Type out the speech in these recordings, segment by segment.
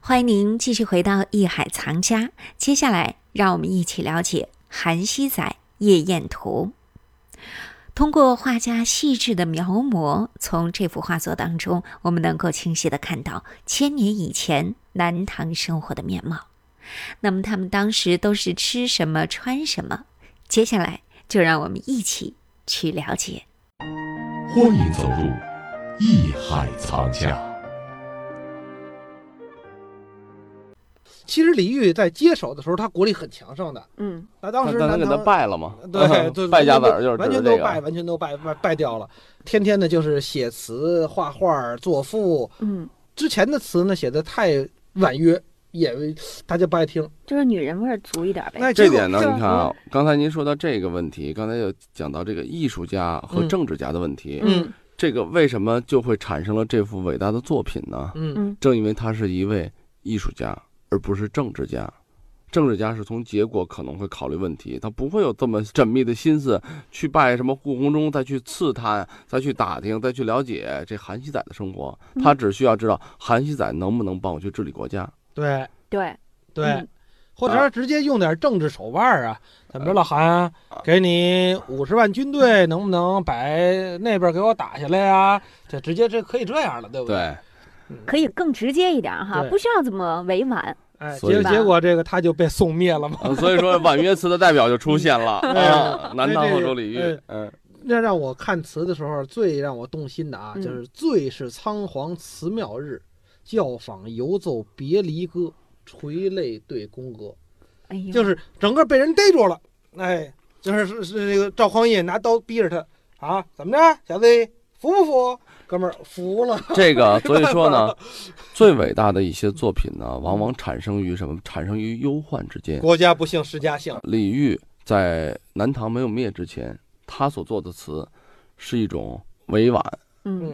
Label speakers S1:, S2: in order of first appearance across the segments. S1: 欢迎您继续回到《艺海藏家》，接下来让我们一起了解韩熙载夜宴图。通过画家细致的描摹，从这幅画作当中，我们能够清晰的看到千年以前南唐生活的面貌。那么他们当时都是吃什么、穿什么？接下来就让我们一起去了解。
S2: 欢迎走入艺海藏家。
S3: 其实李煜在接手的时候，他国力很强盛的。
S4: 嗯，
S3: 那当时
S5: 但他
S3: 南
S5: 给他
S3: 唐
S5: 败了嘛？
S3: 对对，
S5: 败家子
S3: 完
S5: 儿
S3: 全
S5: 就是
S3: 完
S5: 指
S3: 全
S5: 这
S3: 都
S5: 个
S3: 败，完全都败败败掉了。天天的就是写词、画画、作赋。
S4: 嗯，
S3: 之前的词呢写的太婉约，也大家不爱听。
S4: 就是女人味儿足一点呗。
S3: 那
S5: 这
S3: 结果
S5: 点呢，
S4: 这
S5: 你看
S3: 嗯
S5: 啊，刚才您说到这个问题，刚才又讲到这个艺术家和
S3: 嗯
S5: 政治家的问题，
S3: 嗯
S5: 这个为什么就会产生了这幅伟大的作品呢？
S3: 嗯
S4: 嗯
S5: 正因为他是一位艺术家，而不是政治家。政治家是从结果可能会考虑问题，他不会有这么缜密的心思去拜什么故宫中，再去刺探，再去打听，再去了解这韩熙载的生活。
S4: 嗯
S5: 他只需要知道韩熙载能不能帮我去治理国家。
S3: 对
S4: 对
S3: 对
S4: 嗯，
S3: 或者说直接用点政治手腕啊，怎么着老韩啊，给你五十万军队，能不能把那边给我打下来呀？这直接这可以这样了，对不？
S5: 对，
S4: 可以更直接一点儿哈，
S3: 对
S4: 不需要这么委婉。
S3: 哎，
S5: 所以
S3: 结结果这个他就被送灭了嘛。
S5: 嗯所以说婉约词的代表就出现了啊，南唐
S3: 这
S5: 后
S3: 个
S5: 周李煜，嗯，
S3: 那让我看词的时候，最让我动心的啊，
S4: 嗯
S3: 就是“最是仓皇辞庙日，教坊犹奏别离歌，垂泪对宫歌
S4: 哎”，呦，
S3: 就是整个被人逮住了，哎，就是是是这个赵匡胤拿刀逼着他啊，怎么着，小子服不服？哥们儿服了，
S5: 这个，所以说 呢，最伟大的一些作品呢，往往产生于什么？产生于忧患之间。
S3: 国家不幸世家幸，
S5: 李煜在南唐没有灭之前，他所做的词是一种委婉、
S4: 嗯，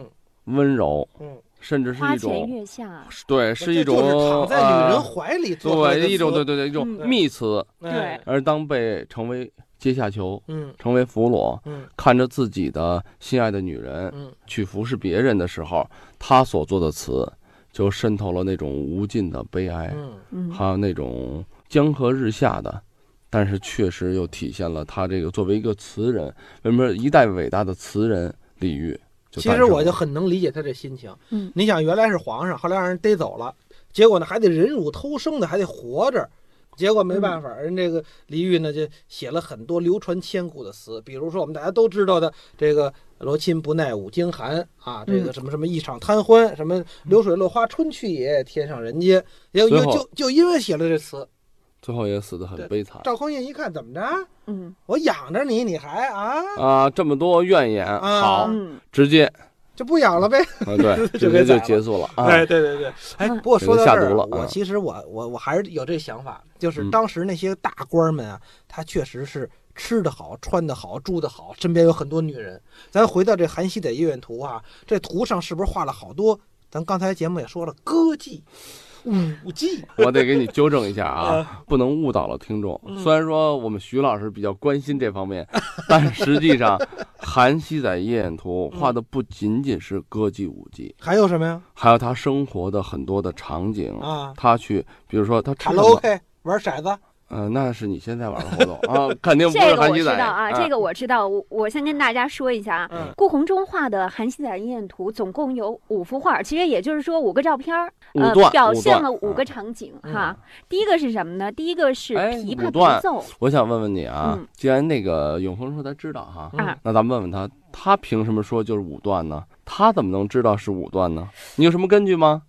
S3: 嗯
S5: 温柔，
S3: 嗯，
S5: 甚至是
S4: 花
S5: 一
S4: 前
S5: 种
S4: 月下，
S5: 对，
S3: 这
S5: 是一种
S3: 就是躺在女人
S5: 呃
S3: 怀里做出来的
S5: 对
S3: 词
S5: 一种对对对一种
S4: 嗯
S5: 密词，
S3: 哎
S5: 而当被成为阶下囚、
S3: 嗯
S5: 成为俘虏，
S3: 嗯
S5: 看着自己的心爱的女人
S3: 嗯
S5: 去服侍别人的时候，他所做的词就渗透了那种无尽的悲哀。
S3: 嗯
S4: 嗯，
S5: 还有那种江河日下的，但是确实又体现了他这个作为一个词人，为什么一代伟大的词人李煜就
S3: 其
S5: 诞
S3: 实
S5: 生
S3: 我就
S5: 了
S3: 很能理解他这心情。
S4: 嗯
S3: 你想原来是皇上，后来让人逮走了，结果呢还得忍辱偷生的，还得活着。结果没办法，人这个李煜呢就写了很多流传千古的词，比如说我们大家都知道的这个“罗衾不耐五更寒”啊，这个什么什么一场贪欢，什么流水落花春去也，天上人间，结果
S5: 最
S3: 就
S5: 后
S3: 就就因为写了这词，
S5: 最后也死得很
S3: 对
S5: 悲惨
S3: 赵匡胤一看怎么着，
S4: 嗯
S3: 我养着你，你还啊
S5: 啊！这么多怨言，
S3: 啊
S5: 好，
S4: 嗯，
S5: 直接
S3: 就不养了呗？
S5: 啊，对，
S3: 就
S5: 直
S3: 给宰
S5: 接就
S3: 了
S5: 结束了 啊。
S3: 哎，对对对，哎，
S4: 嗯
S3: 不过说到这
S5: 下
S3: 儿啊
S5: 毒了，
S3: 我
S5: 嗯
S3: 其实我我我还是有这想法，就是
S5: 嗯
S3: 当时那些大官们啊，他确实是吃得好、穿得好、住得好，身边有很多女人。咱回到这韩熙载夜宴图啊，这图上是不是画了好多？咱刚才节目也说了，歌妓、舞妓，
S5: 我得给你纠正一下啊，不能误导了听众。虽然说我们徐老师比较关心这方面，但实际上，韩熙载夜宴图画的不仅仅是歌妓舞伎，
S3: 还有什么呀？
S5: 还有他生活的很多的场景
S3: 啊
S5: 他去，比如说他吃
S3: 卡
S5: 什
S3: 拉
S5: 么，
S3: OK，玩骰子，
S5: 嗯、那是你现在玩的活动啊，肯定不
S4: 这
S5: 是
S4: 个
S5: 韩
S4: 我
S5: 熙
S4: 知
S5: 载
S4: 道啊，这个我知道。我我先跟大家说一下啊，
S3: 嗯
S4: 顾闳中画的《韩熙载夜宴图》总共有五幅画，其实也就是说五个照片儿，
S5: 五
S4: 呃，
S5: 段
S4: 表
S5: 五
S4: 现
S5: 段
S4: 了五
S5: 啊
S4: 个场景哈。第一个是什么呢？第一个是
S5: 哎
S4: 琵
S5: 五
S4: 琶
S5: 段
S4: 独奏，
S5: 我想问问你啊，
S4: 嗯
S5: 既然那个永恒说他知道哈，
S4: 啊
S5: 那咱们问问他，他凭什么说就是五段呢？他怎么能知道是五段呢？你有什么根据吗？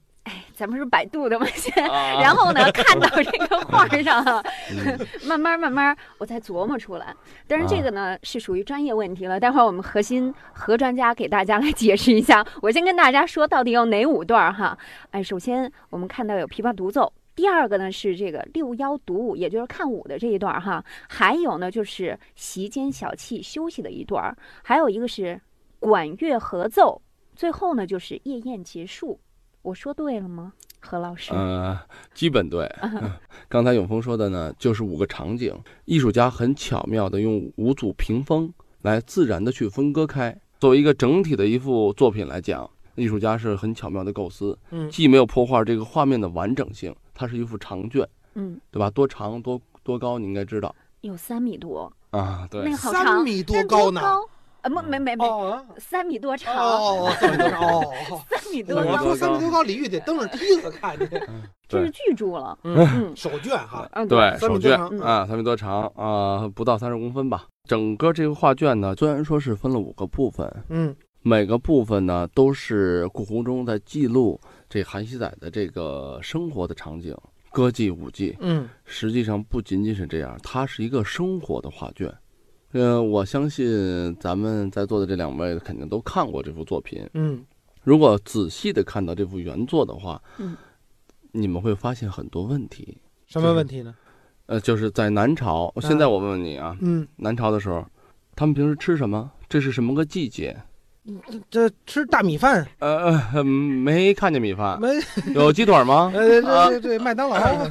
S4: 咱们是百度的嘛先。
S5: 啊
S4: 然后呢， 看到这个画儿上啊，
S5: 嗯 啊
S4: 慢慢慢慢，我再琢磨出来。但是这个呢、是属于专业问题了，待会儿我们核心核专家给大家来解释一下。我先跟大家说到底有哪五段儿哈。哎，首先我们看到有琵琶独奏，第二个呢是这个六幺独舞，也就是看舞的这一段儿哈。还有呢就是席间小憩休息的一段儿，还有一个是管乐合奏，最后呢就是夜宴结束。我说对了吗，何老师？
S5: 呃，基本对。
S3: 嗯
S5: 刚才永峰说的呢，就是五个场景，艺术家很巧妙的用五组屏风来自然的去分割开。作为一个整体的一幅作品来讲，艺术家是很巧妙的构思，
S3: 嗯
S5: 既没有破坏这个画面的完整性，它是一幅长卷，
S4: 嗯，
S5: 对吧？多长多多高，你应该知道
S4: 有三米多，
S5: 啊。
S4: 那
S5: 对
S4: 个，好长，
S3: 三米多高呢
S4: 那？高？呃，没没没没，
S3: 哦啊
S4: 三米多长，
S3: 哦，三米多高哦哦，哦
S4: 三米多
S5: 三米
S3: 我
S4: 高，
S5: 多
S3: 说三米多高，李玉得蹬着梯子看去。
S4: 这是
S5: 对
S4: 巨著了。
S3: 嗯，
S4: 嗯
S3: 手绢哈，
S4: 嗯，
S5: 对，
S3: 三米
S5: 手
S3: 多
S5: 卷
S3: 长
S4: 嗯
S5: 啊，三米多长啊，不到三十公分吧。整个这个画卷呢，虽然说是分了五个部分，
S3: 嗯
S5: 每个部分呢都是顾闳中在记录这韩熙载的这个生活的场景，歌妓舞伎。
S3: 嗯
S5: 实际上不仅仅是这样，它是一个生活的画卷。呃，我相信咱们在座的这两位肯定都看过这幅作品。
S3: 嗯
S5: 如果仔细的看到这幅原作的话，
S4: 嗯
S5: 你们会发现很多问题。
S3: 什么问题呢？
S5: 呃，就是在南朝，现在我问问你啊，
S3: 嗯，
S5: 南朝的时候，他们平时吃什么？这是什么个季节？
S3: 这吃大米饭
S5: 呃，呃没看见米饭，
S3: 没？
S5: 有鸡腿吗？
S3: 呃，对对对，麦当劳、啊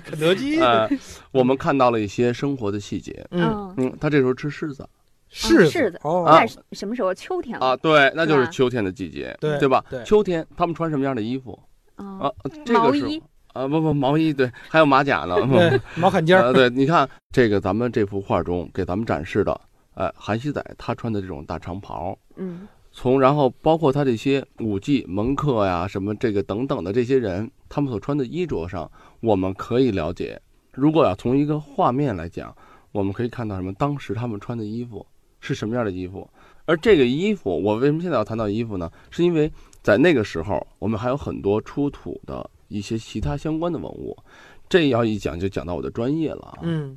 S3: 肯德基，
S5: 呃， 我们看到了一些生活的细节。
S3: 嗯，
S4: 嗯，
S5: 嗯，他这时候吃柿子
S3: 柿
S4: 柿子
S3: 哦
S5: 啊
S4: 在什么时候？秋天了
S5: 啊，对，那就是
S4: 是吧
S5: 秋天的季节，
S3: 对
S5: 吧
S3: 对？
S5: 秋天他们穿什么样的衣服啊
S4: 啊，？
S5: 这个
S4: 毛衣
S5: 是啊，不不，毛衣对，还有马甲呢。
S3: 对，毛坎肩儿，
S5: 呃，对，你看这个咱们这幅画中给咱们展示的，呃，韩熙载他穿的这种大长袍，
S4: 嗯
S5: 从然后包括他这些舞伎门客呀什么这个等等的这些人，他们所穿的衣着上，我们可以了解，如果要从一个画面来讲，我们可以看到什么？当时他们穿的衣服是什么样的衣服？而这个衣服，我为什么现在要谈到衣服呢？是因为在那个时候，我们还有很多出土的一些其他相关的文物。这要一讲就讲到我的专业了啊。
S3: 嗯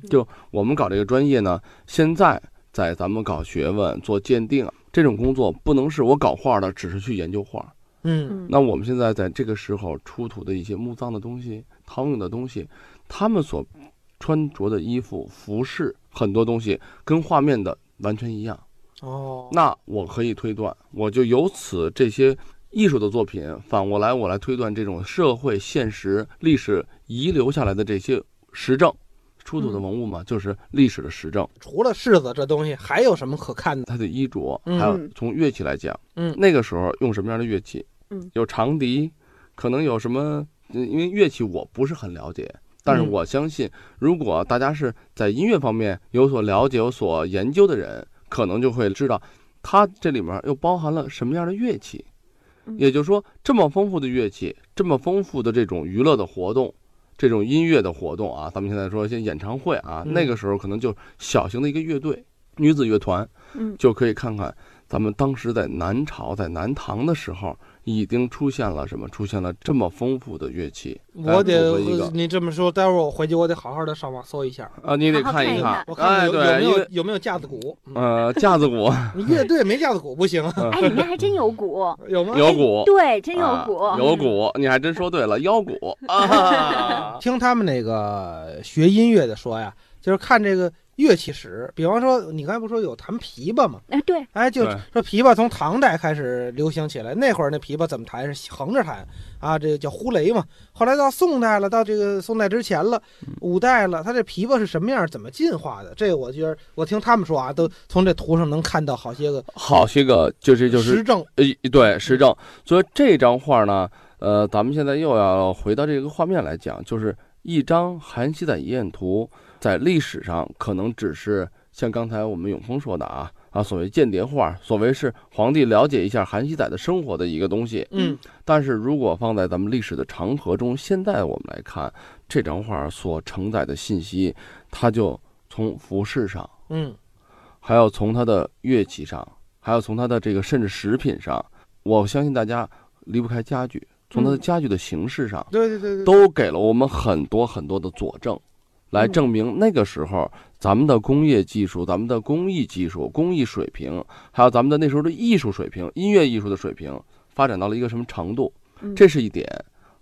S5: 我们搞这个专业呢，现在在咱们搞学问、做鉴定啊这种工作，不能是我搞画的，只是去研究画。
S3: 嗯
S4: 嗯，
S5: 那我们现在在这个时候出土的一些墓葬的东西、陶俑的东西，他们所穿着的衣服、服饰，很多东西跟画面的完全一样。
S3: 哦，
S5: 那我可以推断，我就由此这些艺术的作品，反过来我来推断这种社会现实、历史遗留下来的这些实证。出土的
S4: 嗯
S5: 文物嘛，就是历史的实证。
S3: 除了柿子这东西，还有什么可看的？
S5: 他的衣着，
S3: 嗯
S5: 还有从乐器来讲，
S3: 嗯
S5: 那个时候用什么样的乐器？
S4: 嗯，
S5: 有长笛，可能有什么？嗯因为乐器我不是很了解，但是
S3: 嗯
S5: 我相信，如果大家是在音乐方面有所了解、有所研究的人，可能就会知道，它这里面又包含了什么样的乐器。
S4: 嗯
S5: 也就是说，这么丰富的乐器，这么丰富的这种娱乐的活动，这种音乐的活动啊，咱们现在说一些演唱会啊，
S3: 嗯
S5: 那个时候可能就小型的一个乐队，女子乐团，
S4: 嗯
S5: 就可以看看咱们当时在南朝、在南唐的时候，已经出现了什么？出现了这么丰富的乐器。
S3: 我得
S5: 咱们组合一个
S3: 你这么说，待会儿我回去我得好好的上网搜一下，
S5: 啊，你得
S4: 好好
S5: 看
S4: 看一
S5: 看
S4: 看。
S3: 我看看
S5: 哎，
S3: 有有
S5: 对，
S3: 没
S5: 因为
S3: 有 有没有架子鼓。嗯
S5: 呃，架子 鼓
S3: 你乐队没架子鼓不行，啊
S4: 哎，里面还真有鼓，哎
S3: 有吗？
S5: 有鼓，
S4: 对，真有
S5: 啊
S4: 鼓，
S5: 有鼓，你还真说对 了，腰鼓啊。
S3: 听他们那个学音乐的说呀，就是看这个乐器史，比方说你刚才不说有弹琵琶吗？
S4: 哎，对，
S3: 哎，就
S5: 对
S3: 说琵琶从唐代开始流行起来，那会儿那琵琶怎么弹是横着弹啊，这叫呼雷嘛。后来到宋代了，到这个宋代之前了，
S5: 嗯
S3: 五代了，它这琵琶是什么样，怎么进化的？这我觉得我听他们说啊，都从这图上能看到好些个
S5: 好些个，就这就是
S3: 实证。
S5: 呃，对，实证。所以这张画呢，呃，咱们现在又要回到这个画面来讲，就是一张韩熙载遗愿图，在历史上可能只是像刚才我们永峰说的啊啊，所谓间谍画，所谓是皇帝了解一下韩熙载的生活的一个东西。
S3: 嗯
S5: 但是如果放在咱们历史的长河中，现在我们来看这张画所承载的信息，它就从服饰上。
S3: 嗯
S5: 还有从它的乐器上，还有从它的这个甚至食品上，我相信大家离不开家具，从它的
S4: 嗯
S5: 家具的形式上，
S3: 对对对对，
S5: 都给了我们很多很多的佐证，来
S4: 嗯
S5: 证明那个时候咱们的工业技术、咱们的工艺技术、工艺水平，还有咱们的那时候的艺术水平、音乐艺术的水平发展到了一个什么程度，
S4: 嗯
S5: 这是一点。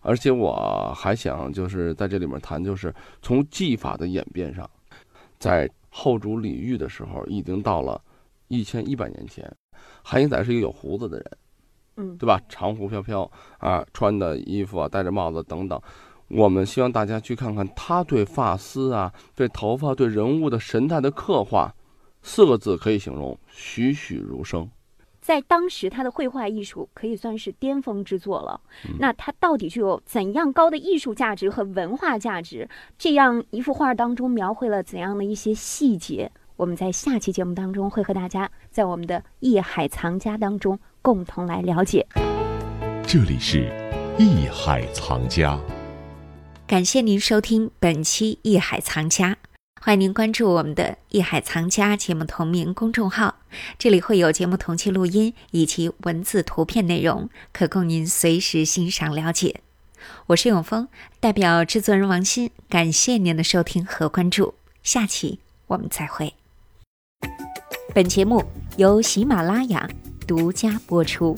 S5: 而且我还想就是在这里面谈，就是从技法的演变上，在后主李煜的时候，已经到了一千一百年前。韩熙载是一个有胡子的人，
S4: 嗯，
S5: 对吧？长胡飘飘啊，穿的衣服啊，戴着帽子等等。我们希望大家去看看他对发丝啊、对头发、对人物的神态的刻画，四个字可以形容：栩栩如生。
S4: 在当时他的绘画艺术可以算是巅峰之作了。那它到底具有怎样高的艺术价值和文化价值？这样一幅画当中描绘了怎样的一些细节？我们在下期节目当中会和大家在我们的《艺海藏家》当中共同来了解。
S2: 这里是艺海藏家。
S1: 感谢您收听本期《艺海藏家》，欢迎您关注我们的《艺海藏家》节目同名公众号，这里会有节目同期录音以及文字、图片内容，可供您随时欣赏了解。我是永峰，代表制作人王鑫，感谢您的收听和关注，下期我们再会。本节目由喜马拉雅独家播出。